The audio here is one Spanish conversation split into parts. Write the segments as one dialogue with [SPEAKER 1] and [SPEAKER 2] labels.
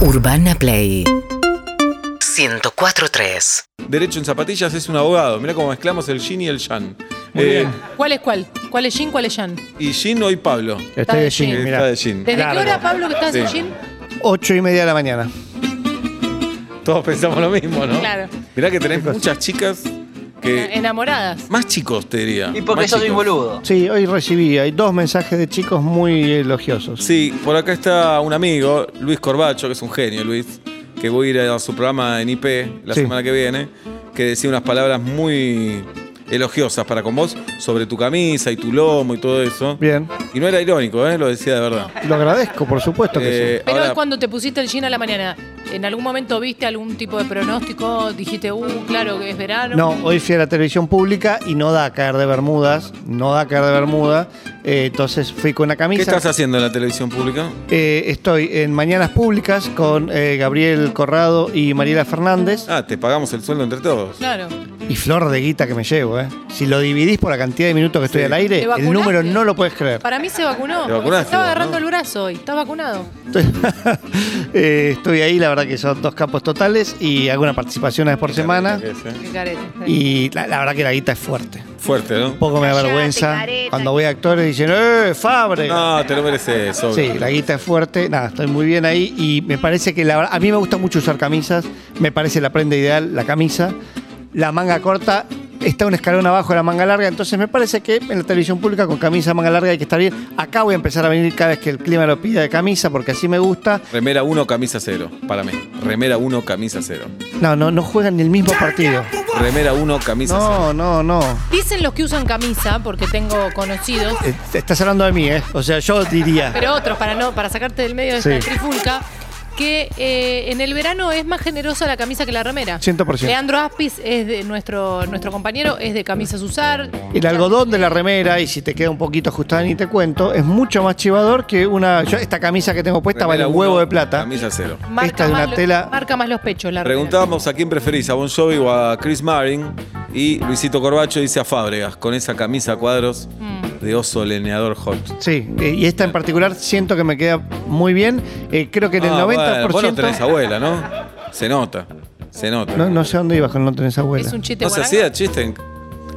[SPEAKER 1] Urbana Play 104.3
[SPEAKER 2] Derecho en zapatillas es un abogado. Mira cómo mezclamos el Jin y el Yan. Eh,
[SPEAKER 3] ¿Cuál es cuál? ¿Cuál es Jin? ¿Cuál es Jan?
[SPEAKER 2] y Jin hoy Pablo.
[SPEAKER 3] Está
[SPEAKER 4] Estoy
[SPEAKER 3] de
[SPEAKER 4] de
[SPEAKER 3] jean.
[SPEAKER 4] jean,
[SPEAKER 2] Eh,
[SPEAKER 4] mira.
[SPEAKER 2] Está de Jin.
[SPEAKER 3] ¿Desde
[SPEAKER 4] Largo.
[SPEAKER 3] qué hora, Pablo, que estás en
[SPEAKER 2] Sí. Eh,
[SPEAKER 3] Jin?
[SPEAKER 4] Ocho y media de la mañana.
[SPEAKER 2] Todos pensamos lo mismo, ¿no?
[SPEAKER 3] Claro.
[SPEAKER 2] Mirá que tenés muchas chicas que.
[SPEAKER 3] Eh, Enamoradas.
[SPEAKER 2] Más chicos, te diría.
[SPEAKER 5] Y porque
[SPEAKER 2] Más
[SPEAKER 5] yo soy
[SPEAKER 2] chicos.
[SPEAKER 5] boludo.
[SPEAKER 4] Sí, hoy recibí, hay dos mensajes de chicos muy elogiosos.
[SPEAKER 2] Sí, por acá está un amigo, Luis Corbacho, que es un genio, Luis, que voy a ir a su programa en IP la
[SPEAKER 4] Sí.
[SPEAKER 2] semana que viene, que decía unas palabras muy elogiosas para con vos sobre tu camisa y tu lomo y todo eso.
[SPEAKER 4] Bien,
[SPEAKER 2] Y no era irónico, ¿eh? lo decía de verdad.
[SPEAKER 4] lo agradezco, por supuesto que
[SPEAKER 2] Eh,
[SPEAKER 3] Pero
[SPEAKER 2] ahora-
[SPEAKER 3] cuando te pusiste el jean a la mañana, ¿en algún momento viste algún tipo de pronóstico? ¿Dijiste, uh, claro que es
[SPEAKER 4] sí.
[SPEAKER 2] Eh,
[SPEAKER 3] verano?
[SPEAKER 4] No, hoy fui a la televisión pública y no da caer de Bermudas, no da caer de Bermuda. Eh, entonces fui con una
[SPEAKER 2] ¿Qué
[SPEAKER 4] camisa.
[SPEAKER 2] estás haciendo en la televisión pública?
[SPEAKER 4] Eh, estoy en Mañanas Públicas con eh, Gabriel Corrado y Mariela Fernández.
[SPEAKER 2] Ah, te pagamos el sueldo entre todos.
[SPEAKER 3] Claro.
[SPEAKER 4] Y flor de guita que me llevo, ¿eh? Si lo dividís por la cantidad de minutos que estoy
[SPEAKER 2] Sí.
[SPEAKER 4] al aire,
[SPEAKER 3] ¿Te
[SPEAKER 4] el
[SPEAKER 3] vacunaste?
[SPEAKER 4] número no lo puedes creer.
[SPEAKER 3] Para mí se vacunó.
[SPEAKER 2] Te
[SPEAKER 3] porque
[SPEAKER 2] vacunaste
[SPEAKER 3] se estaba
[SPEAKER 2] vos,
[SPEAKER 3] agarrando
[SPEAKER 2] ¿no?
[SPEAKER 3] el brazo hoy. ¿Estás vacunado?
[SPEAKER 4] Estoy, Eh, estoy ahí, la verdad que son dos campos totales y hago una participación una vez por semana.
[SPEAKER 3] Qué careta.
[SPEAKER 4] Y la, la verdad que la guita es fuerte.
[SPEAKER 2] Fuerte, ¿no?
[SPEAKER 4] Un poco me avergüenza
[SPEAKER 6] careta.
[SPEAKER 4] cuando voy a actores y dicen, ¡eh, Fabre!
[SPEAKER 2] No, te lo mereces, obvio.
[SPEAKER 4] Sí, la guita es fuerte, nada, estoy muy bien ahí y me parece que la verdad, a mí me gusta mucho usar camisas, me parece la prenda ideal, la camisa, la manga corta, está un escalón abajo de la manga larga, entonces me parece que en la televisión pública con camisa, manga larga hay que estar bien. Acá voy a empezar a venir cada vez que el clima lo pida de camisa porque así me gusta.
[SPEAKER 2] Remera 1, camisa 0, para mí. Remera 1, camisa 0.
[SPEAKER 4] No, no, no juegan ni el mismo partido.
[SPEAKER 2] Remera 1, camisa 0.
[SPEAKER 4] No, no, no.
[SPEAKER 3] Dicen los que usan camisa, porque tengo conocidos,
[SPEAKER 4] Eh, Estás hablando de mí, ¿eh? O sea, yo diría.
[SPEAKER 3] pero otros, para no para sacarte del medio de
[SPEAKER 4] Sí.
[SPEAKER 3] esta trifulca, que eh, en el verano es más generosa la camisa que la remera.
[SPEAKER 4] 100%.
[SPEAKER 3] Leandro Aspis es de nuestro, nuestro compañero, es de camisas usar.
[SPEAKER 4] El algodón de la remera, y si te queda un poquito ajustada ni te cuento, es mucho más chivador que una. Yo, esta camisa que tengo puesta vale un huevo de plata.
[SPEAKER 2] Camisa 0.
[SPEAKER 3] Marca
[SPEAKER 4] Esta de una
[SPEAKER 3] más lo-
[SPEAKER 4] tela-
[SPEAKER 3] marca más los pechos, la remera.
[SPEAKER 2] Preguntábamos a quién preferís, a Bon Jovi o a Chris Marin. Y Luisito Corbacho dice a Fábregas, con esa camisa a cuadros
[SPEAKER 4] Mm.
[SPEAKER 2] de oso leneador hot.
[SPEAKER 4] Sí, eh, y esta en particular siento que me queda muy bien. Eh, creo que en el
[SPEAKER 2] Ah,
[SPEAKER 4] 90%.
[SPEAKER 2] bueno, vos no tenés abuela, ¿no? Se nota, se nota.
[SPEAKER 4] no, no sé a dónde ibas con no tenés abuela.
[SPEAKER 3] Es un chiste
[SPEAKER 2] No se
[SPEAKER 3] guaranga.
[SPEAKER 2] hacía chiste. en-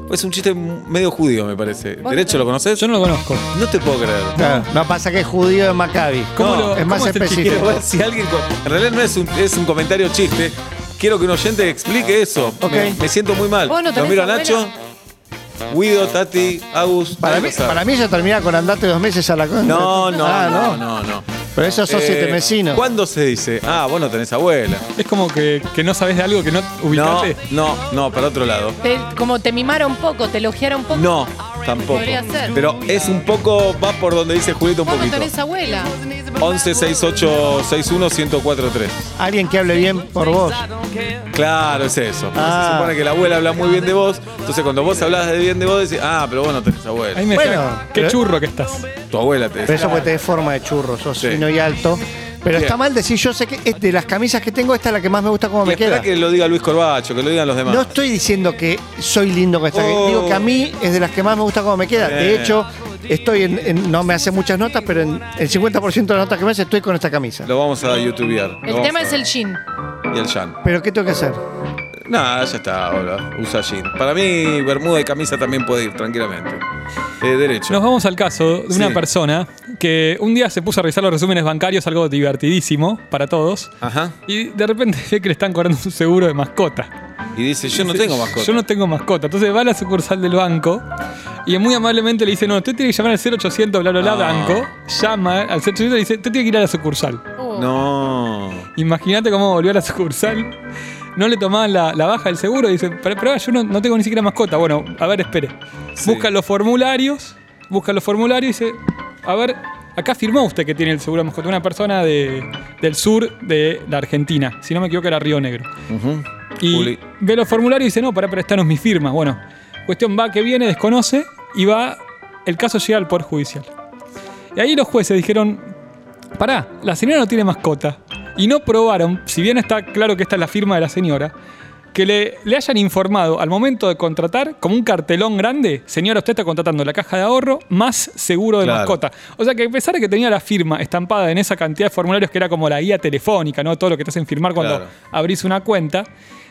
[SPEAKER 2] Es un chiste medio judío, me parece.
[SPEAKER 3] ¿Vos
[SPEAKER 2] ¿Derecho lo conoces? Yo no lo conozco. No te puedo creer.
[SPEAKER 4] Claro, no pasa que es judío de Maccabi.
[SPEAKER 2] ¿Cómo
[SPEAKER 4] No,
[SPEAKER 2] lo-
[SPEAKER 4] es más
[SPEAKER 7] cómo es el
[SPEAKER 2] Quiero
[SPEAKER 4] específico.
[SPEAKER 2] ver si alguien. con- En realidad no es un, es un comentario chiste. Quiero que un oyente explique eso.
[SPEAKER 4] Ok.
[SPEAKER 2] Me, me siento muy mal.
[SPEAKER 3] ¿Vos no
[SPEAKER 2] lo
[SPEAKER 3] tenés
[SPEAKER 2] miro a
[SPEAKER 3] abuela?
[SPEAKER 2] Nacho, Guido, Tati, Agus.
[SPEAKER 4] Para
[SPEAKER 2] nadie
[SPEAKER 4] mí,
[SPEAKER 2] lo sabe.
[SPEAKER 4] para mí ella termina con andate dos meses a la concha.
[SPEAKER 2] No, no,
[SPEAKER 4] Ah,
[SPEAKER 2] no, no, no.
[SPEAKER 4] Pero esos son
[SPEAKER 2] Eh,
[SPEAKER 4] siete vecinos.
[SPEAKER 2] ¿Cuándo se dice? Ah, vos no tenés abuela.
[SPEAKER 7] Es como que, que no sabes de algo que no
[SPEAKER 2] No,
[SPEAKER 7] ubicaste.
[SPEAKER 2] no, no, para otro lado.
[SPEAKER 3] Te- como te mimaron poco, te elogiaron poco.
[SPEAKER 2] No, tampoco.
[SPEAKER 3] Podría ser.
[SPEAKER 2] Pero es un poco, va por donde dice Julieta un
[SPEAKER 3] Vos no
[SPEAKER 2] poquito.
[SPEAKER 3] tenés abuela.
[SPEAKER 2] 11 68 61 1043.
[SPEAKER 4] Alguien que hable bien por vos.
[SPEAKER 2] Claro, es eso. Porque
[SPEAKER 4] Ah.
[SPEAKER 2] Se supone que la abuela habla muy bien de vos. Entonces, cuando vos hablas de bien de vos, decís, ah, pero vos no tenés abuela.
[SPEAKER 7] Ahí me
[SPEAKER 4] Bueno,
[SPEAKER 7] decía, qué
[SPEAKER 4] pero-
[SPEAKER 7] churro que estás.
[SPEAKER 2] Tu abuela te
[SPEAKER 4] Pero
[SPEAKER 2] decía. "Ah,
[SPEAKER 4] eso porque tenés forma de churro, sos
[SPEAKER 2] Sí.
[SPEAKER 4] fino y alto. Pero
[SPEAKER 2] Bien.
[SPEAKER 4] está mal decir, yo sé que es de las camisas que tengo, esta es la que más me gusta como
[SPEAKER 2] Y
[SPEAKER 4] me
[SPEAKER 2] espera
[SPEAKER 4] queda.
[SPEAKER 2] que lo diga Luis Corbacho, que lo digan los demás.
[SPEAKER 4] No estoy diciendo que soy lindo con esta,
[SPEAKER 2] Oh.
[SPEAKER 4] digo que a mí es de las que más me gusta como me queda. De
[SPEAKER 2] Bien.
[SPEAKER 4] hecho, estoy en, en- no me hace muchas notas, pero en el 50% de las notas que me hace estoy con esta camisa.
[SPEAKER 2] Lo vamos a youtubear. Lo
[SPEAKER 3] El
[SPEAKER 2] vamos
[SPEAKER 3] tema
[SPEAKER 2] a-
[SPEAKER 3] es el jean.
[SPEAKER 2] Y el Jan.
[SPEAKER 4] Pero ¿qué tengo que hacer?
[SPEAKER 2] Nada, ya está, hola. Usa jean. Para mí, bermuda y camisa también puede ir tranquilamente. Eh, derecho.
[SPEAKER 7] Nos vamos al caso de una
[SPEAKER 2] Sí.
[SPEAKER 7] persona que un día se puso a revisar los resúmenes bancarios, algo divertidísimo para todos,
[SPEAKER 2] Ajá.
[SPEAKER 7] y de repente ve que le están cobrando un seguro de mascota.
[SPEAKER 2] Y dice, yo no tengo mascota.
[SPEAKER 7] Yo no tengo mascota. Entonces va a la sucursal del banco y muy amablemente le dice, no, usted tiene que llamar al 0800, bla, bla, bla,
[SPEAKER 2] Ah.
[SPEAKER 7] banco. Llama al 0800 y le dice, usted tiene que ir a la sucursal.
[SPEAKER 3] Uh,
[SPEAKER 2] No.
[SPEAKER 7] Imagínate cómo volvió a la sucursal. No le tomaban la, la baja del seguro. Dice, pero, pero yo no, no tengo ni siquiera mascota. Bueno, a ver, espere.
[SPEAKER 2] Sí.
[SPEAKER 7] Busca los formularios. Busca los formularios y dice, a ver, acá firmó usted que tiene el seguro de mascota. Una persona de- del sur de la Argentina. Si no me equivoco, era Río Negro.
[SPEAKER 2] Ujú.
[SPEAKER 7] Y
[SPEAKER 2] Juli.
[SPEAKER 7] ve los formularios y dice, no, para, pero esta no es mi firma. Bueno, cuestión va que viene, desconoce y va, el caso llega al Poder Judicial. Y ahí los jueces dijeron, pará, la señora no tiene mascota. Y no probaron, si bien está claro que esta es la firma de la señora, que le, le hayan informado al momento de contratar, como un cartelón grande, señora, usted está contratando la caja de ahorro más seguro de
[SPEAKER 2] Claro.
[SPEAKER 7] mascota. O sea que a pesar de que tenía la firma estampada en esa cantidad de formularios que era como la guía telefónica, ¿no? Todo lo que te hacen firmar cuando
[SPEAKER 2] Claro.
[SPEAKER 7] abrís una cuenta,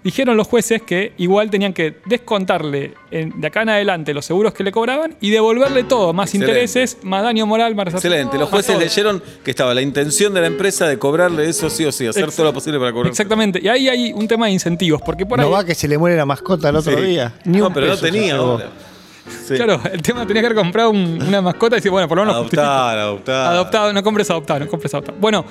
[SPEAKER 7] dijeron los jueces que igual tenían que descontarle en- de acá en adelante los seguros que le cobraban y devolverle todo, más
[SPEAKER 2] Excelente.
[SPEAKER 7] intereses, más daño moral, más
[SPEAKER 2] Excelente. Los jueces
[SPEAKER 7] más todo.
[SPEAKER 2] leyeron que estaba la intención de la empresa de cobrarle eso sí o sí, hacer
[SPEAKER 7] Exact-
[SPEAKER 2] todo lo posible para cobrar.
[SPEAKER 7] Exactamente. Y ahí hay un tema de incentivos, porque por
[SPEAKER 4] No
[SPEAKER 7] ahí.
[SPEAKER 4] va que se le muere la mascota al otro
[SPEAKER 2] Sí.
[SPEAKER 4] día. Ni
[SPEAKER 2] No,
[SPEAKER 4] un
[SPEAKER 2] pero no
[SPEAKER 4] peso se
[SPEAKER 2] tenía.
[SPEAKER 4] llevó.
[SPEAKER 2] ahora. Sí.
[SPEAKER 7] Claro, el tema tenía que haber comprado un- una mascota y decir, bueno, por lo menos justifica.
[SPEAKER 2] Adoptar, adoptar.
[SPEAKER 7] Adoptado, no compres adoptado, no compres adoptado. Bueno,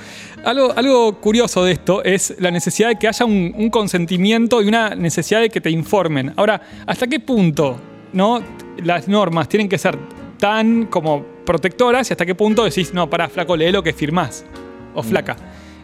[SPEAKER 7] algo, algo curioso de esto es la necesidad de que haya un, un consentimiento y una necesidad de que te informen. Ahora, ¿hasta qué punto no, las normas tienen que ser tan como protectoras y hasta qué punto decís, no, pará, flaco, lee lo que firmás? O
[SPEAKER 4] Mm.
[SPEAKER 7] flaca.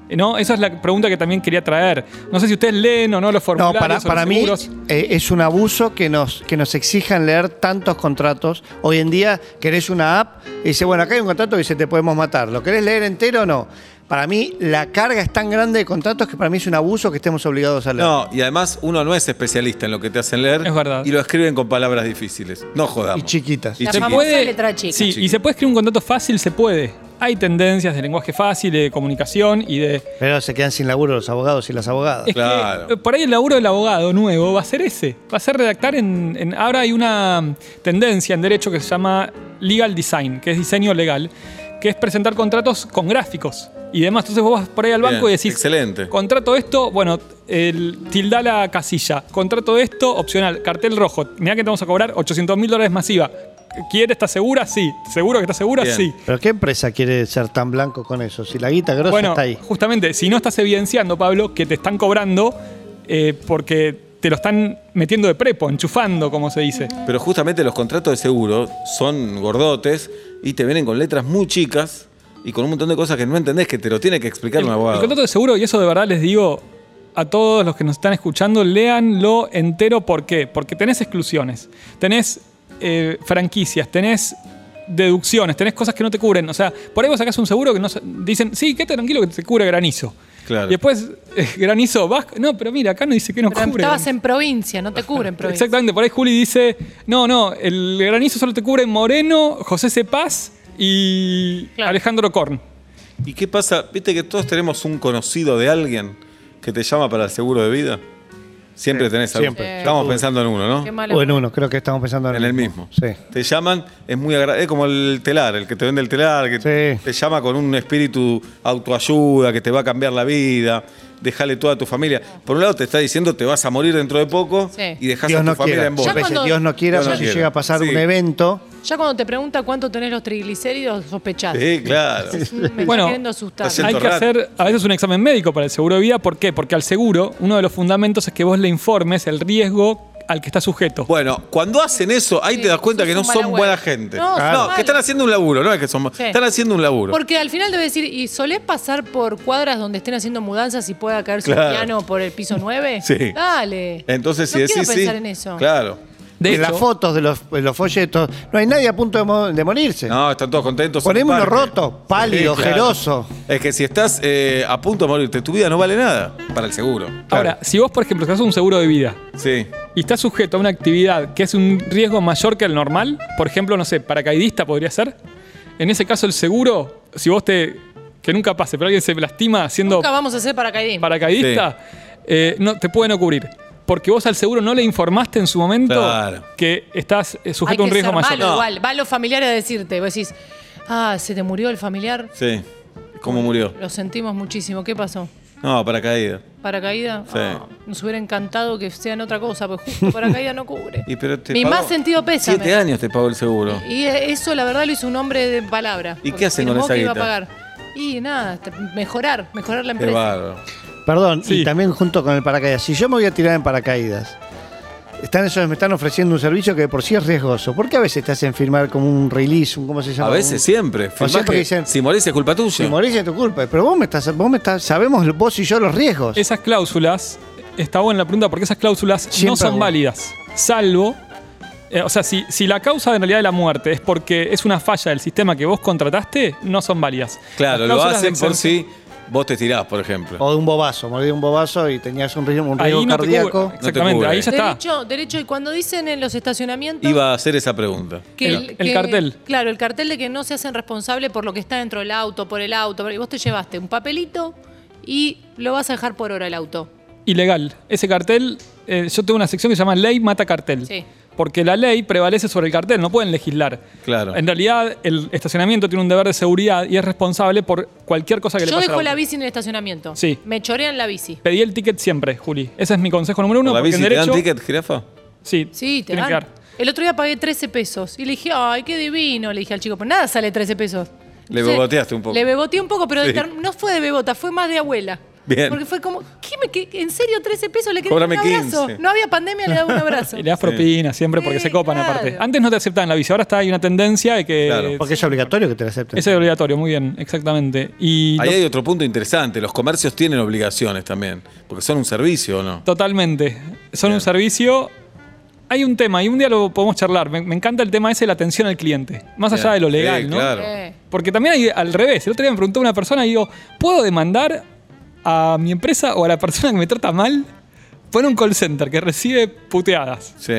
[SPEAKER 7] Eh, No, esa es la pregunta que también quería traer. No sé si ustedes leen o no los
[SPEAKER 4] No,
[SPEAKER 7] formularios.
[SPEAKER 4] para,
[SPEAKER 7] o los
[SPEAKER 4] para mí
[SPEAKER 7] seguros.
[SPEAKER 4] eh, es un abuso que nos, que nos exijan leer tantos contratos. Hoy en día querés una app y dice, bueno, acá hay un contrato que dice te podemos matar. ¿Lo querés leer entero o no? Para mí la carga es tan grande de contratos que para mí es un abuso que estemos obligados a leer.
[SPEAKER 2] No, y además uno no es especialista en lo que te hacen leer.
[SPEAKER 7] Es verdad.
[SPEAKER 2] Y lo escriben con palabras difíciles. No
[SPEAKER 4] y
[SPEAKER 2] jodamos.
[SPEAKER 4] chiquitas.
[SPEAKER 2] Y
[SPEAKER 3] La
[SPEAKER 2] se
[SPEAKER 3] famosa
[SPEAKER 7] puede-
[SPEAKER 3] letra chica.
[SPEAKER 7] Sí,
[SPEAKER 2] chica.
[SPEAKER 7] y se puede escribir un contrato fácil, se puede. Hay tendencias de lenguaje fácil, de comunicación y de...
[SPEAKER 4] Pero se quedan sin laburo los abogados y las abogadas.
[SPEAKER 7] Es que,
[SPEAKER 2] Claro.
[SPEAKER 7] eh, por ahí el laburo del abogado nuevo va a ser ese. Va a ser redactar en, en- Ahora hay una tendencia en derecho que se llama legal design, que es diseño legal, que es presentar contratos con gráficos y demás. Entonces vos vas por ahí al banco
[SPEAKER 2] Bien,
[SPEAKER 7] y decís...
[SPEAKER 2] excelente.
[SPEAKER 7] Contrato esto, bueno, el, tilda la casilla. Contrato esto, opcional. Cartel rojo. Mirá que te vamos a cobrar 800 mil dólares masiva. ¿Quieres? ¿Estás segura? Sí. ¿Seguro que estás segura?
[SPEAKER 2] Bien.
[SPEAKER 7] Sí.
[SPEAKER 4] Pero ¿qué empresa quiere ser tan blanco con eso? Si la guita grosa
[SPEAKER 7] Bueno,
[SPEAKER 4] está ahí.
[SPEAKER 7] justamente, si no estás evidenciando, Pablo, que te están cobrando eh, porque te lo están metiendo de prepo, enchufando, como se dice.
[SPEAKER 2] Pero justamente los contratos de seguro son gordotes y te vienen con letras muy chicas y con un montón de cosas que no entendés que te lo tiene que explicar
[SPEAKER 7] El,
[SPEAKER 2] un
[SPEAKER 7] el
[SPEAKER 2] abogado.
[SPEAKER 7] contrato de seguro, y eso de verdad les digo a todos los que nos están escuchando, léanlo entero. ¿Por qué? Porque tenés exclusiones, tenés eh, franquicias, tenés deducciones, tenés cosas que no te cubren. O sea, por ahí vos sacás un seguro que no sa- dicen, sí, quédate tranquilo que te cubre granizo.
[SPEAKER 2] Claro.
[SPEAKER 7] Y después, eh, granizo, vas. No, pero mira, acá no dice que no
[SPEAKER 3] Pero
[SPEAKER 7] cubre.
[SPEAKER 3] estabas
[SPEAKER 7] granizo.
[SPEAKER 3] en provincia, no te cubren provincia.
[SPEAKER 7] Exactamente, por ahí Juli dice, no, no, el granizo solo te cubre Moreno, José Cepaz y
[SPEAKER 3] Claro.
[SPEAKER 7] Alejandro Korn.
[SPEAKER 2] ¿Y qué pasa? ¿Viste que todos tenemos un conocido de alguien que te llama para el seguro de vida? Siempre tenés algo.
[SPEAKER 4] siempre.
[SPEAKER 2] Estamos pensando en uno,
[SPEAKER 3] Qué
[SPEAKER 2] ¿no?
[SPEAKER 3] malo.
[SPEAKER 4] O en uno, creo que estamos pensando en,
[SPEAKER 2] En el mismo.
[SPEAKER 4] Sí.
[SPEAKER 2] Te llaman, es muy agradable. Es como el telar, el que te vende el telar, que
[SPEAKER 4] Sí.
[SPEAKER 2] te llama con un espíritu autoayuda, que te va a cambiar la vida. Déjale toda tu familia. Por un lado te está diciendo te vas a morir dentro de poco
[SPEAKER 3] Sí.
[SPEAKER 2] y dejas a
[SPEAKER 4] Dios
[SPEAKER 2] tu
[SPEAKER 4] no,
[SPEAKER 2] familia
[SPEAKER 4] quiera.
[SPEAKER 2] en vos.
[SPEAKER 3] Ya
[SPEAKER 4] A veces
[SPEAKER 3] cuando-
[SPEAKER 4] Dios no quiera,
[SPEAKER 2] Dios no
[SPEAKER 4] pero si
[SPEAKER 2] quiera.
[SPEAKER 4] llega a pasar
[SPEAKER 2] Sí.
[SPEAKER 4] un evento,
[SPEAKER 3] Ya cuando te pregunta cuánto tenés los triglicéridos, sospechás.
[SPEAKER 2] Sí, claro.
[SPEAKER 3] Me está
[SPEAKER 7] Bueno,
[SPEAKER 3] queriendo asustar.
[SPEAKER 2] está
[SPEAKER 7] Hay que
[SPEAKER 2] raro.
[SPEAKER 7] hacer a veces un examen médico para el seguro de vida, ¿por qué? Porque al seguro uno de los fundamentos es que vos le informes el riesgo al que está sujeto.
[SPEAKER 2] Bueno, cuando hacen eso, ahí
[SPEAKER 3] Sí,
[SPEAKER 2] te das cuenta
[SPEAKER 3] sos
[SPEAKER 2] que no
[SPEAKER 3] un mala
[SPEAKER 2] son
[SPEAKER 3] web.
[SPEAKER 2] buena gente.
[SPEAKER 3] No, son
[SPEAKER 2] No,
[SPEAKER 3] malos.
[SPEAKER 2] que están haciendo un laburo, no es que son
[SPEAKER 3] Sí.
[SPEAKER 2] Están haciendo un laburo.
[SPEAKER 3] Porque al final debe decir, ¿y solés pasar por cuadras donde estén haciendo mudanzas y pueda caerse
[SPEAKER 2] Claro.
[SPEAKER 3] un piano por el piso 9?
[SPEAKER 2] Sí.
[SPEAKER 3] Dale.
[SPEAKER 2] Entonces, si
[SPEAKER 3] no
[SPEAKER 2] decís
[SPEAKER 3] quiero
[SPEAKER 2] sí.
[SPEAKER 3] pensar en eso.
[SPEAKER 2] Claro.
[SPEAKER 7] De
[SPEAKER 4] de
[SPEAKER 7] hecho-
[SPEAKER 4] las fotos, de los, de los folletos, no hay nadie a punto de, mo- de morirse.
[SPEAKER 2] No, están todos contentos. en
[SPEAKER 4] Poneme
[SPEAKER 2] un
[SPEAKER 4] uno
[SPEAKER 2] parque.
[SPEAKER 4] roto, pálido, ojeroso.
[SPEAKER 2] Es que si estás eh, a punto de morirte, tu vida no vale nada para el seguro.
[SPEAKER 7] Ahora, si vos, por ejemplo, te haces un seguro de vida
[SPEAKER 2] Sí.
[SPEAKER 7] y estás sujeto a una actividad que es un riesgo mayor que el normal, por ejemplo, no sé, paracaidista podría ser, en ese caso el seguro, si vos te... Que nunca pase, pero alguien se lastima haciendo
[SPEAKER 3] Nunca vamos a hacer paracaidismo.
[SPEAKER 7] paracaidista, eh, no, te puede no cubrir. Porque vos al seguro no le informaste en su momento
[SPEAKER 2] Claro.
[SPEAKER 7] que estás eh,
[SPEAKER 3] Hay
[SPEAKER 7] sujeto
[SPEAKER 3] que
[SPEAKER 7] a un riesgo
[SPEAKER 3] ser
[SPEAKER 7] mayor.
[SPEAKER 3] malo
[SPEAKER 2] No.
[SPEAKER 3] igual. Va a los familiares a decirte. Vos decís, ah, se te murió el familiar.
[SPEAKER 2] Sí. ¿Cómo murió?
[SPEAKER 3] Lo sentimos muchísimo. ¿Qué pasó?
[SPEAKER 2] No, paracaídas.
[SPEAKER 3] ¿Paracaída?
[SPEAKER 2] Sí.
[SPEAKER 3] Ah, nos hubiera encantado que sean otra cosa, pues justo paracaída no cubre.
[SPEAKER 2] Y pero te
[SPEAKER 3] Mi
[SPEAKER 2] pagó
[SPEAKER 3] más sentido pésame.
[SPEAKER 2] Siete años te pagó el seguro.
[SPEAKER 3] Y eso, la verdad, lo hizo un hombre de palabra.
[SPEAKER 2] ¿Y
[SPEAKER 3] porque
[SPEAKER 2] qué hacen con
[SPEAKER 3] firmó
[SPEAKER 2] esa
[SPEAKER 3] que iba a
[SPEAKER 2] guita?
[SPEAKER 3] pagar. Y nada, te- mejorar, mejorar la
[SPEAKER 2] Qué
[SPEAKER 3] empresa.
[SPEAKER 2] bárbaro.
[SPEAKER 4] Perdón,
[SPEAKER 7] Sí.
[SPEAKER 4] y también junto con el paracaídas. Si yo me voy a tirar en paracaídas, están esos, me están ofreciendo un servicio que de por sí es riesgoso. ¿Por qué a veces te hacen firmar como un release, un cómo se llama?
[SPEAKER 2] A veces
[SPEAKER 4] Un-
[SPEAKER 2] siempre. Firmás
[SPEAKER 4] siempre
[SPEAKER 2] que
[SPEAKER 4] dicen-
[SPEAKER 2] si morís es culpa tuya.
[SPEAKER 4] Si morís es tu culpa, pero vos me estás, vos me estás, sabemos vos y yo los riesgos.
[SPEAKER 7] Esas cláusulas, está buena la pregunta, porque esas cláusulas no
[SPEAKER 4] Siempre
[SPEAKER 7] son
[SPEAKER 4] hago.
[SPEAKER 7] válidas, salvo... eh, o sea, si, si la causa en realidad de la muerte es porque es una falla del sistema que vos contrataste, no son válidas.
[SPEAKER 2] Claro,
[SPEAKER 7] Las
[SPEAKER 2] lo
[SPEAKER 7] cláusulas de
[SPEAKER 2] hacen por
[SPEAKER 7] exención-
[SPEAKER 2] si Vos te tirás, por ejemplo.
[SPEAKER 4] O de un bobazo, morí de un bobazo y tenías un riesgo, un
[SPEAKER 7] Ahí
[SPEAKER 4] riesgo
[SPEAKER 7] no te cubre.
[SPEAKER 4] cardíaco.
[SPEAKER 7] Exactamente,
[SPEAKER 2] cubre.
[SPEAKER 7] ahí ya está.
[SPEAKER 3] Derecho, derecho, y cuando dicen en los estacionamientos.
[SPEAKER 2] Iba a hacer esa pregunta.
[SPEAKER 3] que
[SPEAKER 7] El- el cartel.
[SPEAKER 3] Claro, el cartel de que no se hacen responsable por lo que está dentro del auto, por el auto. Y vos te llevaste un papelito y lo vas a dejar por hora el auto.
[SPEAKER 7] Ilegal. Ese cartel, eh, yo tengo una sección que se llama Ley mata cartel.
[SPEAKER 3] Sí.
[SPEAKER 7] Porque la ley prevalece sobre el cartel, no pueden legislar.
[SPEAKER 2] Claro.
[SPEAKER 7] En realidad, el estacionamiento tiene un deber de seguridad y es responsable por cualquier cosa que le
[SPEAKER 3] Yo
[SPEAKER 7] pase. al
[SPEAKER 3] dejo la
[SPEAKER 7] auto.
[SPEAKER 3] bici en el estacionamiento.
[SPEAKER 7] Sí.
[SPEAKER 3] Me chorean la bici.
[SPEAKER 7] Pedí el ticket siempre, Juli. Ese es mi consejo número uno.
[SPEAKER 2] ¿Por la
[SPEAKER 7] porque
[SPEAKER 2] bici
[SPEAKER 7] en
[SPEAKER 2] te dan
[SPEAKER 7] derecho,
[SPEAKER 2] ticket, jirafa?
[SPEAKER 7] Sí,
[SPEAKER 3] Sí, te
[SPEAKER 7] tiene
[SPEAKER 3] dan.
[SPEAKER 7] que dar.
[SPEAKER 3] El otro día pagué 13 pesos y le dije, ay, qué divino. Le dije al chico, pues nada sale 13 pesos.
[SPEAKER 2] Le
[SPEAKER 3] Entonces,
[SPEAKER 2] beboteaste un poco.
[SPEAKER 3] Le beboteé un poco, pero de
[SPEAKER 2] Sí.
[SPEAKER 3] ter- no fue de bebota, fue más de abuela.
[SPEAKER 2] Bien.
[SPEAKER 3] Porque fue como, ¿qué me- qué- ¿en serio 13 pesos? Le quería dar
[SPEAKER 2] Cóbrame
[SPEAKER 3] un abrazo.
[SPEAKER 2] 15.
[SPEAKER 3] No había pandemia, le daba un abrazo.
[SPEAKER 7] Y le das propina siempre porque
[SPEAKER 3] Sí,
[SPEAKER 7] se copan
[SPEAKER 3] claro.
[SPEAKER 7] aparte. Antes no te aceptaban la bici, ahora está hay una tendencia de que.
[SPEAKER 2] Claro.
[SPEAKER 4] Porque es obligatorio que te lo acepten.
[SPEAKER 7] Ese es obligatorio, muy bien, exactamente. Y
[SPEAKER 2] Ahí
[SPEAKER 7] lo-
[SPEAKER 2] hay otro punto interesante. Los comercios tienen obligaciones también. Porque son un servicio, ¿o no?
[SPEAKER 7] totalmente. Son
[SPEAKER 2] Bien.
[SPEAKER 7] un servicio. Hay un tema, y un día lo podemos charlar. Me, me encanta el tema ese de la atención al cliente. Más
[SPEAKER 2] Bien.
[SPEAKER 7] allá de lo
[SPEAKER 2] Sí,
[SPEAKER 7] legal, ¿no?
[SPEAKER 2] claro.
[SPEAKER 3] Eh.
[SPEAKER 7] Porque también hay al revés. El otro día me preguntó una persona y digo, ¿puedo demandar a mi empresa o a la persona que me trata mal? Pone un call center que recibe puteadas.
[SPEAKER 2] Sí.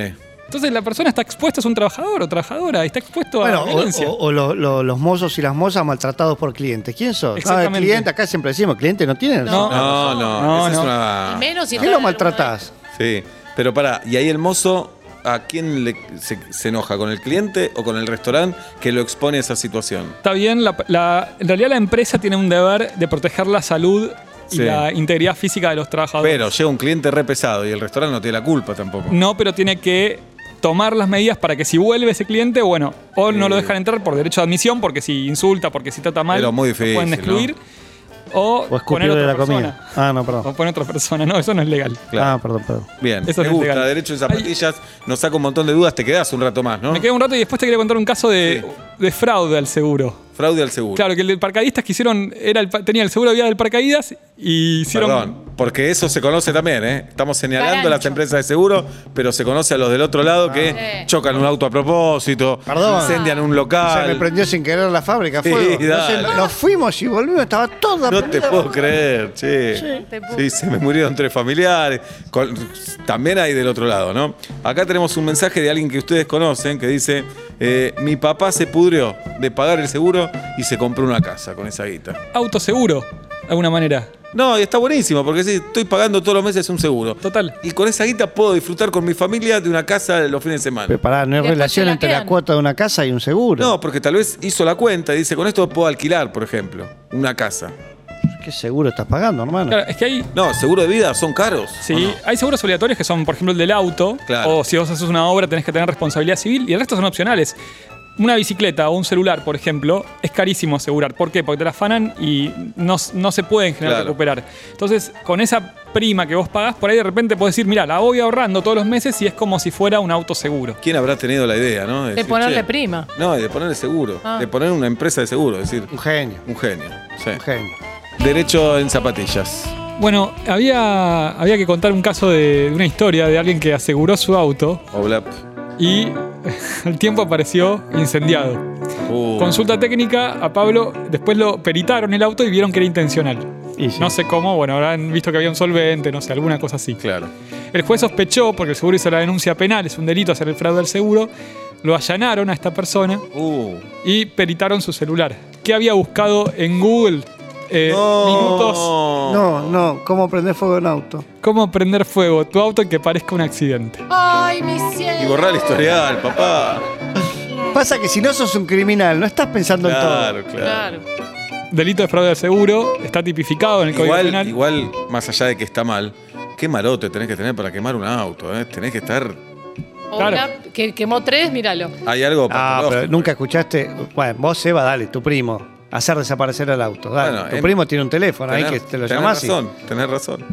[SPEAKER 7] Entonces la persona está expuesta, es un trabajador o trabajadora, y está expuesto
[SPEAKER 4] Bueno,
[SPEAKER 7] a
[SPEAKER 4] o,
[SPEAKER 7] violencia.
[SPEAKER 4] o- o lo- lo- los mozos y las mozas maltratados por clientes. ¿Quién sos? Ah, el
[SPEAKER 7] Exactamente.
[SPEAKER 4] cliente, acá siempre decimos, cliente no tiene.
[SPEAKER 7] No.
[SPEAKER 2] No, no.
[SPEAKER 7] No,
[SPEAKER 2] esa
[SPEAKER 7] no.
[SPEAKER 2] es una.
[SPEAKER 3] Y menos si
[SPEAKER 4] ¿Qué
[SPEAKER 3] no
[SPEAKER 4] lo
[SPEAKER 3] era
[SPEAKER 4] maltratás?
[SPEAKER 2] Sí. Pero pará, y ahí el mozo, ¿a quién le, se, se enoja? ¿Con el cliente o con el restaurante que lo expone a esa situación?
[SPEAKER 7] Está bien, la- la- en realidad la empresa tiene un deber de proteger la salud y
[SPEAKER 2] Sí.
[SPEAKER 7] la integridad física de los trabajadores.
[SPEAKER 2] Pero llega un cliente re pesado y el restaurante no tiene la culpa tampoco.
[SPEAKER 7] No, pero tiene que tomar las medidas para que si vuelve ese cliente, bueno, o no lo dejan entrar por derecho de admisión, porque si insulta, porque si trata mal,
[SPEAKER 2] Pero muy
[SPEAKER 7] lo
[SPEAKER 2] difícil,
[SPEAKER 7] pueden
[SPEAKER 2] ¿no?
[SPEAKER 7] excluir. O,
[SPEAKER 4] O
[SPEAKER 7] poner
[SPEAKER 4] escupirle
[SPEAKER 7] otra
[SPEAKER 4] la
[SPEAKER 7] persona.
[SPEAKER 4] comida. Ah, no, perdón.
[SPEAKER 7] O poner otra persona, no, eso no es legal.
[SPEAKER 2] Oh, Claro.
[SPEAKER 4] Ah, perdón, perdón.
[SPEAKER 2] Bien,
[SPEAKER 7] Eso
[SPEAKER 2] me
[SPEAKER 7] no es
[SPEAKER 2] gusta.
[SPEAKER 7] legal.
[SPEAKER 2] Derecho en zapatillas, nos saca un montón de dudas, te quedás un rato más, ¿no?
[SPEAKER 7] Me queda un rato y después te quería contar un caso de, de fraude al seguro.
[SPEAKER 2] Fraude al seguro.
[SPEAKER 7] Claro, que el de paracaidistas que hicieron, era el, pa- tenía el seguro de vida del paracaídas y hicieron...
[SPEAKER 2] Perdón, porque eso se conoce también, ¿eh? Estamos señalando a las
[SPEAKER 3] Carancho.
[SPEAKER 2] empresas de seguro, pero se conoce a los del otro lado que
[SPEAKER 3] Ah, Sí.
[SPEAKER 2] chocan un auto a propósito,
[SPEAKER 4] Perdón.
[SPEAKER 2] incendian un
[SPEAKER 4] Se me
[SPEAKER 2] local.
[SPEAKER 4] prendió sin querer la fábrica,
[SPEAKER 2] Ah, Sí,
[SPEAKER 4] fuego.
[SPEAKER 2] dale.
[SPEAKER 4] Entonces, nos fuimos y volvimos, estaba toda
[SPEAKER 2] No te
[SPEAKER 4] prendida.
[SPEAKER 2] puedo creer, che. Sí,
[SPEAKER 3] te puedo
[SPEAKER 2] se me murieron tres familiares. Con- también hay del otro lado, ¿no? Acá tenemos un mensaje de alguien que ustedes conocen que dice: eh, Mi papá se pudrió de pagar el seguro y se compró una casa con esa guita.
[SPEAKER 7] autoseguro, de alguna manera.
[SPEAKER 2] No, y está buenísimo, porque sí, estoy pagando todos los meses un seguro.
[SPEAKER 7] Total.
[SPEAKER 2] Y con esa guita puedo disfrutar con mi familia de una casa los fines de semana.
[SPEAKER 4] Pero pará, no hay
[SPEAKER 3] Después
[SPEAKER 4] relación
[SPEAKER 3] se la
[SPEAKER 4] entre la
[SPEAKER 3] quedan.
[SPEAKER 4] cuota de una casa y un seguro.
[SPEAKER 2] No, porque tal vez hizo la cuenta y dice, con esto puedo alquilar, por ejemplo, una casa.
[SPEAKER 4] ¿Qué seguro estás pagando, hermano?
[SPEAKER 7] Claro, es que hay,
[SPEAKER 2] No, seguro de vida son caros.
[SPEAKER 7] sí, hay seguros obligatorios que son, por ejemplo, el del auto.
[SPEAKER 2] Claro.
[SPEAKER 7] O si vos haces una obra tenés que tener responsabilidad civil y el resto son opcionales. Una bicicleta o un celular, por ejemplo, es carísimo asegurar. ¿Por qué? Porque te la afanan y no, no se puede en general
[SPEAKER 2] Claro.
[SPEAKER 7] recuperar. Entonces, con esa prima que vos pagás, por ahí de repente podés decir, mira, la voy ahorrando todos los meses y es como si fuera un auto seguro.
[SPEAKER 2] ¿Quién habrá tenido la idea, no?
[SPEAKER 3] De
[SPEAKER 2] decir,
[SPEAKER 3] ponerle
[SPEAKER 2] "Che".
[SPEAKER 3] prima.
[SPEAKER 2] No, y de ponerle seguro.
[SPEAKER 3] Ah.
[SPEAKER 2] De poner una empresa de seguro, es decir,
[SPEAKER 4] Un genio,
[SPEAKER 2] un genio. sí.
[SPEAKER 4] un genio.
[SPEAKER 2] Derecho en zapatillas.
[SPEAKER 7] Bueno, había, había que contar un caso de, de una historia de alguien que aseguró su auto
[SPEAKER 2] Oblap.
[SPEAKER 7] y al tiempo apareció incendiado.
[SPEAKER 2] Uh,
[SPEAKER 7] Consulta técnica a Pablo, después lo peritaron el auto y vieron que era intencional.
[SPEAKER 4] Y sí.
[SPEAKER 7] No sé cómo, bueno, habrán visto que había un solvente, no sé, alguna cosa así.
[SPEAKER 2] Claro.
[SPEAKER 7] El juez sospechó, porque el seguro hizo la denuncia penal, es un delito hacer el fraude al seguro, lo allanaron a esta persona
[SPEAKER 2] Uh.
[SPEAKER 7] y peritaron su celular. ¿Qué había buscado en Google? Eh,
[SPEAKER 2] Uh,
[SPEAKER 7] Minutos,
[SPEAKER 4] No, no, ¿cómo prender fuego en auto?
[SPEAKER 7] ¿cómo prender fuego tu auto y que parezca un accidente?
[SPEAKER 3] Ay, mi cielo.
[SPEAKER 2] Y borrar el historial, papá.
[SPEAKER 4] Pasa que si no sos un criminal, no estás pensando en
[SPEAKER 2] Claro, claro.
[SPEAKER 3] Claro.
[SPEAKER 7] Delito de fraude al seguro, está tipificado en el Código
[SPEAKER 2] Igual,
[SPEAKER 7] Penal.
[SPEAKER 2] igual, más allá de que está mal, qué marote tenés que tener para quemar un auto, ¿eh? Tenés que estar.
[SPEAKER 3] O
[SPEAKER 7] Claro.
[SPEAKER 3] una que quemó tres, míralo.
[SPEAKER 2] Hay algo
[SPEAKER 4] todo. Ah,
[SPEAKER 2] patológico.
[SPEAKER 4] pero nunca escuchaste. Bueno, vos, Eva, dale, tu primo. Hacer desaparecer al auto. Dale.
[SPEAKER 2] Bueno,
[SPEAKER 4] tu
[SPEAKER 2] em-
[SPEAKER 4] primo tiene un teléfono ahí que te lo
[SPEAKER 2] tenés
[SPEAKER 4] llamás. y-
[SPEAKER 2] razón, tenés razón.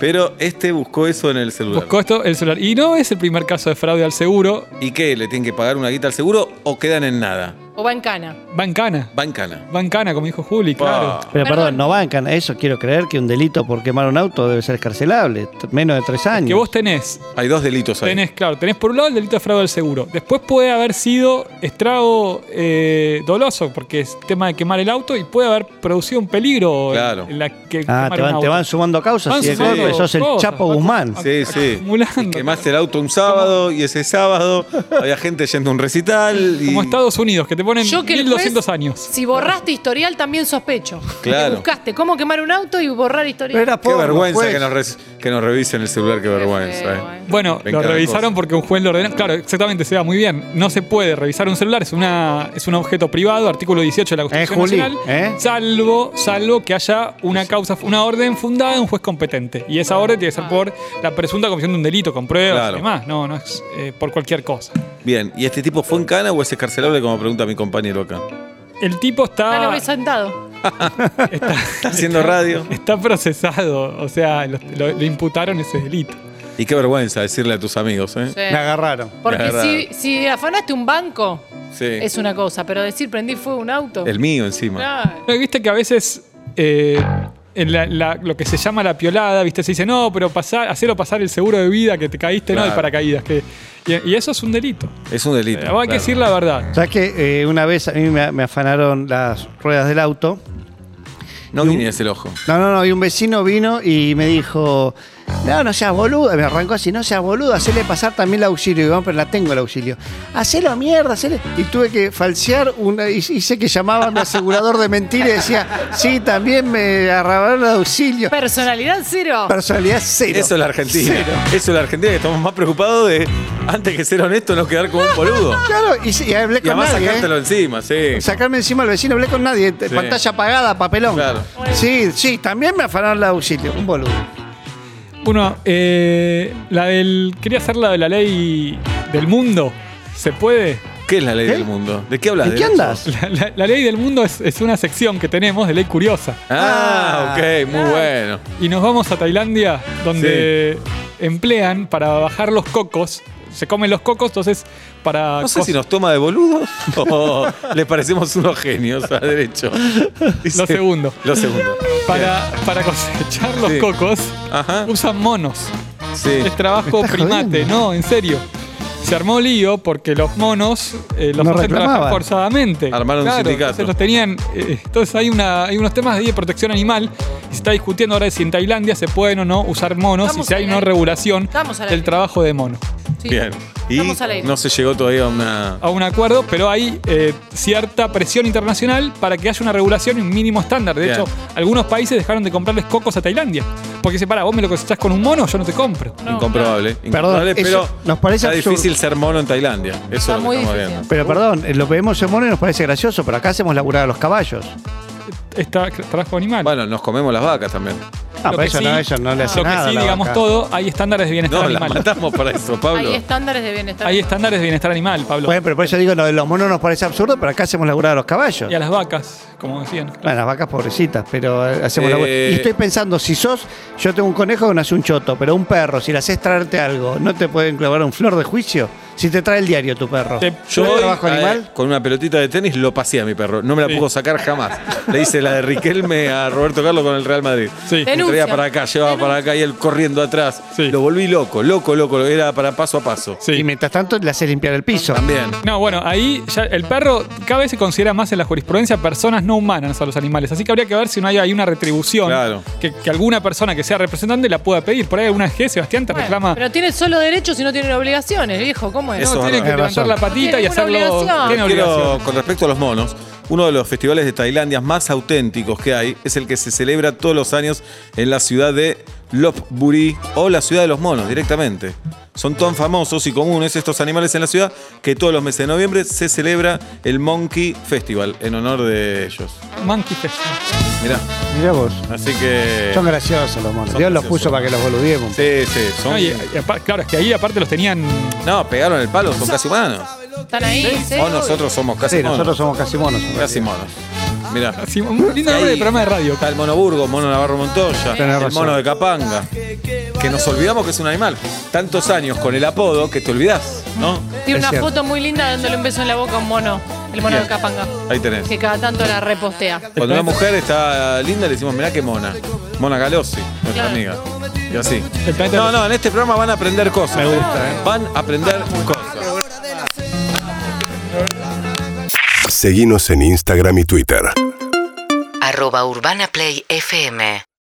[SPEAKER 2] Pero este buscó eso en el celular.
[SPEAKER 7] Buscó esto el celular. Y no es el primer caso de fraude al seguro.
[SPEAKER 2] ¿Y qué? ¿Le tienen que pagar una guita al seguro o quedan en nada?
[SPEAKER 3] O va en cana.
[SPEAKER 7] Bancana.
[SPEAKER 2] Bancana.
[SPEAKER 7] Bancana, como dijo Juli, claro.
[SPEAKER 2] Pa.
[SPEAKER 4] Pero perdón,
[SPEAKER 3] Perdón.
[SPEAKER 4] no bancan. Eso quiero creer que un delito por quemar un auto debe ser escarcelable. t- Menos de tres años.
[SPEAKER 7] Que vos tenés
[SPEAKER 2] Hay dos delitos ahí.
[SPEAKER 7] Tenés, claro, tenés por un lado el delito de fraude del seguro. Después puede haber sido estrago eh, doloso, porque es tema de quemar el auto y puede haber producido un peligro en-
[SPEAKER 2] Claro.
[SPEAKER 7] en, la que
[SPEAKER 4] Ah,
[SPEAKER 7] quemar
[SPEAKER 4] te
[SPEAKER 7] un
[SPEAKER 4] van, te
[SPEAKER 7] auto.
[SPEAKER 4] van sumando causas
[SPEAKER 7] Van
[SPEAKER 4] y de
[SPEAKER 2] sumando
[SPEAKER 4] golpe sos el
[SPEAKER 7] cosas,
[SPEAKER 4] Chapo
[SPEAKER 7] van
[SPEAKER 4] Guzmán.
[SPEAKER 2] Sí, sí.
[SPEAKER 7] acumulando.
[SPEAKER 2] Y quemaste el auto un sábado y ese sábado había gente yendo a un recital. Y...
[SPEAKER 7] Como Estados Unidos, que te ponen
[SPEAKER 3] Yo que el
[SPEAKER 7] 1200
[SPEAKER 3] juez-
[SPEAKER 7] años.
[SPEAKER 3] Si borraste historial, también sospecho.
[SPEAKER 2] Claro.
[SPEAKER 3] Te buscaste cómo quemar un auto y borrar historial.
[SPEAKER 4] Era
[SPEAKER 2] Qué
[SPEAKER 4] porno,
[SPEAKER 2] vergüenza
[SPEAKER 4] juez.
[SPEAKER 7] pues.
[SPEAKER 2] que, nos re- que nos revisen el celular, qué
[SPEAKER 3] Qué
[SPEAKER 2] vergüenza.
[SPEAKER 3] feo,
[SPEAKER 2] eh.
[SPEAKER 3] eh.
[SPEAKER 7] Bueno,
[SPEAKER 2] Ven
[SPEAKER 7] lo
[SPEAKER 2] cada
[SPEAKER 7] revisaron
[SPEAKER 2] cosa.
[SPEAKER 7] porque un juez lo ordenó. Claro, exactamente, se da muy bien. No se puede revisar un celular, es, una, es un objeto privado, artículo 18 de la Constitución
[SPEAKER 4] Eh, Juli,
[SPEAKER 7] Nacional,
[SPEAKER 4] ¿eh?
[SPEAKER 7] salvo, salvo que haya una causa, una orden fundada de un juez competente. Y esa orden tiene que ser por la presunta comisión de un delito, con pruebas
[SPEAKER 2] Claro.
[SPEAKER 7] y demás. No, no es eh, por cualquier cosa.
[SPEAKER 2] Bien, ¿y este tipo fue en cana o es escarcelable? Como pregunta mi compañero acá.
[SPEAKER 7] El tipo
[SPEAKER 3] Ya lo
[SPEAKER 7] está,
[SPEAKER 3] ves sentado.
[SPEAKER 2] Está haciendo radio.
[SPEAKER 7] está procesado, o sea, lo, lo- lo imputaron ese delito.
[SPEAKER 2] Y qué vergüenza decirle a tus amigos, ¿eh?
[SPEAKER 3] Sí.
[SPEAKER 4] Me agarraron.
[SPEAKER 2] La
[SPEAKER 3] Porque
[SPEAKER 2] verdad.
[SPEAKER 3] si, si afanaste un banco,
[SPEAKER 2] Sí.
[SPEAKER 3] es una cosa, pero decir prendí fuego a un auto.
[SPEAKER 2] El mío encima.
[SPEAKER 3] Claro.
[SPEAKER 7] No, y viste que a veces eh, en la- la- lo que se llama la piolada, viste, se dice, no, pero pasar, hacelo pasar el seguro de vida que te caíste, no,
[SPEAKER 2] Claro.
[SPEAKER 7] el paracaídas. Que, y, y eso es un delito.
[SPEAKER 2] Es un delito.
[SPEAKER 7] Eh, Hay
[SPEAKER 2] claro.
[SPEAKER 7] que decir la verdad.
[SPEAKER 4] ¿Sabes que Eh, Una vez a mí me, me afanaron las ruedas del auto.
[SPEAKER 2] No guiñes el ojo.
[SPEAKER 4] No, no, no. Y un vecino vino y me dijo: No, no seas boludo. Me arrancó así: No seas boludo. Hacele pasar también el auxilio. Y digo, pero la tengo el auxilio. Hacelo mierda. Hacele. Y tuve que falsear una. y- Hice que llamaba a mi asegurador de mentira y decía: Sí, también me arrabaron el auxilio.
[SPEAKER 3] Personalidad cero.
[SPEAKER 4] Personalidad cero.
[SPEAKER 2] Eso es la Argentina. Eso es la Argentina que estamos más preocupados de, antes que ser honesto, no quedar como un boludo.
[SPEAKER 4] Claro, y, y hablé
[SPEAKER 2] Y
[SPEAKER 4] con
[SPEAKER 2] además
[SPEAKER 4] nadie. ¿eh?
[SPEAKER 2] sacártelo encima, sí.
[SPEAKER 4] Sacarme encima al vecino, hablé con nadie. te-
[SPEAKER 2] Sí.
[SPEAKER 4] Pantalla apagada, papelón.
[SPEAKER 2] Claro.
[SPEAKER 4] Sí, sí, también me afanaron el auxilio. Un boludo.
[SPEAKER 7] Uno, eh, la del. Quería hacer la de la ley del mundo. ¿Se puede?
[SPEAKER 2] ¿Qué es la ley
[SPEAKER 4] ¿Qué?
[SPEAKER 2] del mundo? ¿De qué hablas?
[SPEAKER 4] ¿De qué
[SPEAKER 2] Derecho?
[SPEAKER 4] andas?
[SPEAKER 7] La, la- la ley del mundo es, es una sección que tenemos de ley curiosa.
[SPEAKER 2] Ah, ok, muy bueno.
[SPEAKER 7] Y nos vamos a Tailandia, donde emplean para bajar los cocos. Se comen los cocos, entonces para.
[SPEAKER 2] No sé
[SPEAKER 7] cos-
[SPEAKER 2] si nos toma de boludos o les parecemos unos genios a derecho.
[SPEAKER 7] Lo segundo.
[SPEAKER 2] Lo segundo.
[SPEAKER 7] Para, para cosechar los
[SPEAKER 2] Sí.
[SPEAKER 7] cocos
[SPEAKER 2] Ajá.
[SPEAKER 7] usan monos.
[SPEAKER 2] Sí.
[SPEAKER 7] Es trabajo
[SPEAKER 4] Me estás
[SPEAKER 7] primate,
[SPEAKER 4] jodiendo.
[SPEAKER 7] no, en serio. Se armó lío porque los monos eh, los
[SPEAKER 4] No
[SPEAKER 7] hacen trabajar
[SPEAKER 4] reclamaban.
[SPEAKER 7] forzadamente.
[SPEAKER 2] Armaron un sindicato.
[SPEAKER 7] entonces los tenían. eh, entonces hay, una, hay unos temas de protección animal y se está discutiendo ahora si en Tailandia se pueden o no usar monos
[SPEAKER 3] Vamos
[SPEAKER 7] y si hay
[SPEAKER 3] al
[SPEAKER 7] no
[SPEAKER 3] aire.
[SPEAKER 7] regulación
[SPEAKER 3] Vamos al
[SPEAKER 7] del
[SPEAKER 3] aire.
[SPEAKER 7] trabajo de mono.
[SPEAKER 3] Sí.
[SPEAKER 2] Bien. Y
[SPEAKER 3] Vamos al aire.
[SPEAKER 2] no se llegó todavía a una.
[SPEAKER 7] A un acuerdo, pero hay eh, cierta presión internacional para que haya una regulación y un mínimo estándar. De
[SPEAKER 2] Bien.
[SPEAKER 7] hecho, algunos países dejaron de comprarles cocos a Tailandia. Porque se para, vos me lo cosechás con un mono, yo no te compro.
[SPEAKER 3] No,
[SPEAKER 2] incomprobable.
[SPEAKER 4] Perdón,
[SPEAKER 2] incomprobable, pero
[SPEAKER 4] eso nos parece
[SPEAKER 2] está
[SPEAKER 4] absurdo.
[SPEAKER 2] difícil ser mono en Tailandia. Eso es
[SPEAKER 3] Está
[SPEAKER 2] lo que
[SPEAKER 3] muy
[SPEAKER 2] estamos
[SPEAKER 3] difícil.
[SPEAKER 2] viendo.
[SPEAKER 4] Pero perdón, eh, lo que vemos en mono y nos parece gracioso, pero acá hacemos laburar a los caballos.
[SPEAKER 7] Está trabajo animal.
[SPEAKER 2] Bueno, nos comemos las vacas también.
[SPEAKER 4] Ah,
[SPEAKER 7] Lo
[SPEAKER 4] pero
[SPEAKER 7] que
[SPEAKER 4] eso
[SPEAKER 7] sí-
[SPEAKER 4] no, eso no le hace
[SPEAKER 7] Lo que
[SPEAKER 4] nada.
[SPEAKER 7] sí,
[SPEAKER 4] a la
[SPEAKER 7] digamos
[SPEAKER 4] vaca.
[SPEAKER 7] todo, hay estándares de bienestar
[SPEAKER 2] No, las
[SPEAKER 7] animal.
[SPEAKER 2] matamos para eso, Pablo.
[SPEAKER 3] Hay estándares de bienestar.
[SPEAKER 7] Hay estándares de bienestar animal, Pablo.
[SPEAKER 4] Bueno, pero por eso digo, lo de los monos nos parece absurdo, pero acá hacemos laburar a los caballos.
[SPEAKER 7] Y a las vacas, como decían.
[SPEAKER 4] Bueno, las vacas pobrecitas, pero eh, hacemos laburo.
[SPEAKER 2] Eh.
[SPEAKER 4] Y estoy pensando, si sos, yo tengo un conejo que no hace un choto, pero un perro, si le haces traerte algo, ¿no te pueden clavar un flor de juicio? Si te trae el diario tu perro.
[SPEAKER 7] Te-
[SPEAKER 2] Yo
[SPEAKER 4] ¿No es
[SPEAKER 2] hoy,
[SPEAKER 4] trabajo
[SPEAKER 2] eh,
[SPEAKER 4] animal?
[SPEAKER 2] con una pelotita de tenis lo pasé a mi perro. No me la
[SPEAKER 7] Sí.
[SPEAKER 2] pudo sacar jamás. Le hice la de Riquelme a Roberto Carlos con el Real Madrid.
[SPEAKER 7] Sí.
[SPEAKER 2] Me
[SPEAKER 3] Denuncia.
[SPEAKER 2] traía para acá, llevaba para acá y él corriendo atrás.
[SPEAKER 7] Sí.
[SPEAKER 2] Lo volví loco, loco, loco. Era para paso a paso.
[SPEAKER 7] Sí.
[SPEAKER 4] Y mientras tanto le haces limpiar el piso.
[SPEAKER 2] También.
[SPEAKER 7] No, bueno, ahí ya el perro cada vez se considera más en la jurisprudencia personas no humanas a los animales. Así que habría que ver si no hay ahí una retribución
[SPEAKER 2] Claro.
[SPEAKER 7] que, que alguna persona que sea representante la pueda pedir. Por ahí alguna G, Sebastián, te
[SPEAKER 3] Bueno,
[SPEAKER 7] reclama.
[SPEAKER 3] Pero tiene solo derechos y no tiene obligaciones, viejo. ¿Cómo es?
[SPEAKER 2] Eso
[SPEAKER 7] no,
[SPEAKER 2] es
[SPEAKER 7] tiene
[SPEAKER 2] verdad.
[SPEAKER 7] que
[SPEAKER 4] Tenés
[SPEAKER 7] levantar
[SPEAKER 4] razón.
[SPEAKER 7] la patita
[SPEAKER 3] No
[SPEAKER 7] y
[SPEAKER 3] tiene
[SPEAKER 7] hacerlo.
[SPEAKER 3] ninguna obligación.
[SPEAKER 7] Tiene
[SPEAKER 2] Quiero,
[SPEAKER 7] obligación.
[SPEAKER 2] con respecto a los monos, uno de los festivales de Tailandia más auténticos que hay es el que se celebra todos los años en la ciudad de Lopburi o la ciudad de los monos directamente. Son tan famosos y comunes estos animales en la ciudad que todos los meses de noviembre se celebra el Monkey Festival en honor de ellos.
[SPEAKER 7] Monkey Festival.
[SPEAKER 2] Mirá,
[SPEAKER 4] Mirá vos.
[SPEAKER 2] así que.
[SPEAKER 4] Son graciosos los monos.
[SPEAKER 2] Son
[SPEAKER 4] Dios los
[SPEAKER 2] graciosos.
[SPEAKER 4] puso para que los boludiemos.
[SPEAKER 2] Sí, sí, son.
[SPEAKER 7] No, y- y apar- claro, es que ahí aparte los tenían.
[SPEAKER 2] No, pegaron el palo, son casi humanos.
[SPEAKER 3] Están ahí, ¿sí?
[SPEAKER 2] O nosotros somos casi
[SPEAKER 4] Sí,
[SPEAKER 2] monos.
[SPEAKER 4] nosotros somos casi monos. en
[SPEAKER 2] Casi
[SPEAKER 4] realidad.
[SPEAKER 2] monos. Mirá.
[SPEAKER 7] así, un lindo nombre de
[SPEAKER 2] Ahí
[SPEAKER 7] programa de radio.
[SPEAKER 2] Está el mono Burgo, mono Navarro Montoya,
[SPEAKER 4] Tenés
[SPEAKER 2] el
[SPEAKER 4] razón.
[SPEAKER 2] mono de Capanga. Que nos olvidamos que es un animal. Tantos años con el apodo que te olvidás, ¿no?
[SPEAKER 3] Tiene
[SPEAKER 4] Es
[SPEAKER 3] una
[SPEAKER 4] cierto.
[SPEAKER 3] foto muy linda dándole un beso en la boca a un mono. El mono de
[SPEAKER 2] Bien.
[SPEAKER 3] Capanga.
[SPEAKER 2] Ahí tenés.
[SPEAKER 3] Que cada tanto la repostea.
[SPEAKER 2] Cuando una mujer está linda le decimos, mirá qué mona. Mona Galosi, nuestra
[SPEAKER 3] Claro.
[SPEAKER 2] amiga. Y así.
[SPEAKER 7] El planeta
[SPEAKER 2] No,
[SPEAKER 7] de-
[SPEAKER 2] no, en este programa van a aprender cosas. Me gusta,
[SPEAKER 7] ¿eh?
[SPEAKER 2] Van a aprender cosas.
[SPEAKER 1] Seguinos en Instagram y Twitter.
[SPEAKER 5] arroba urbanaplayfm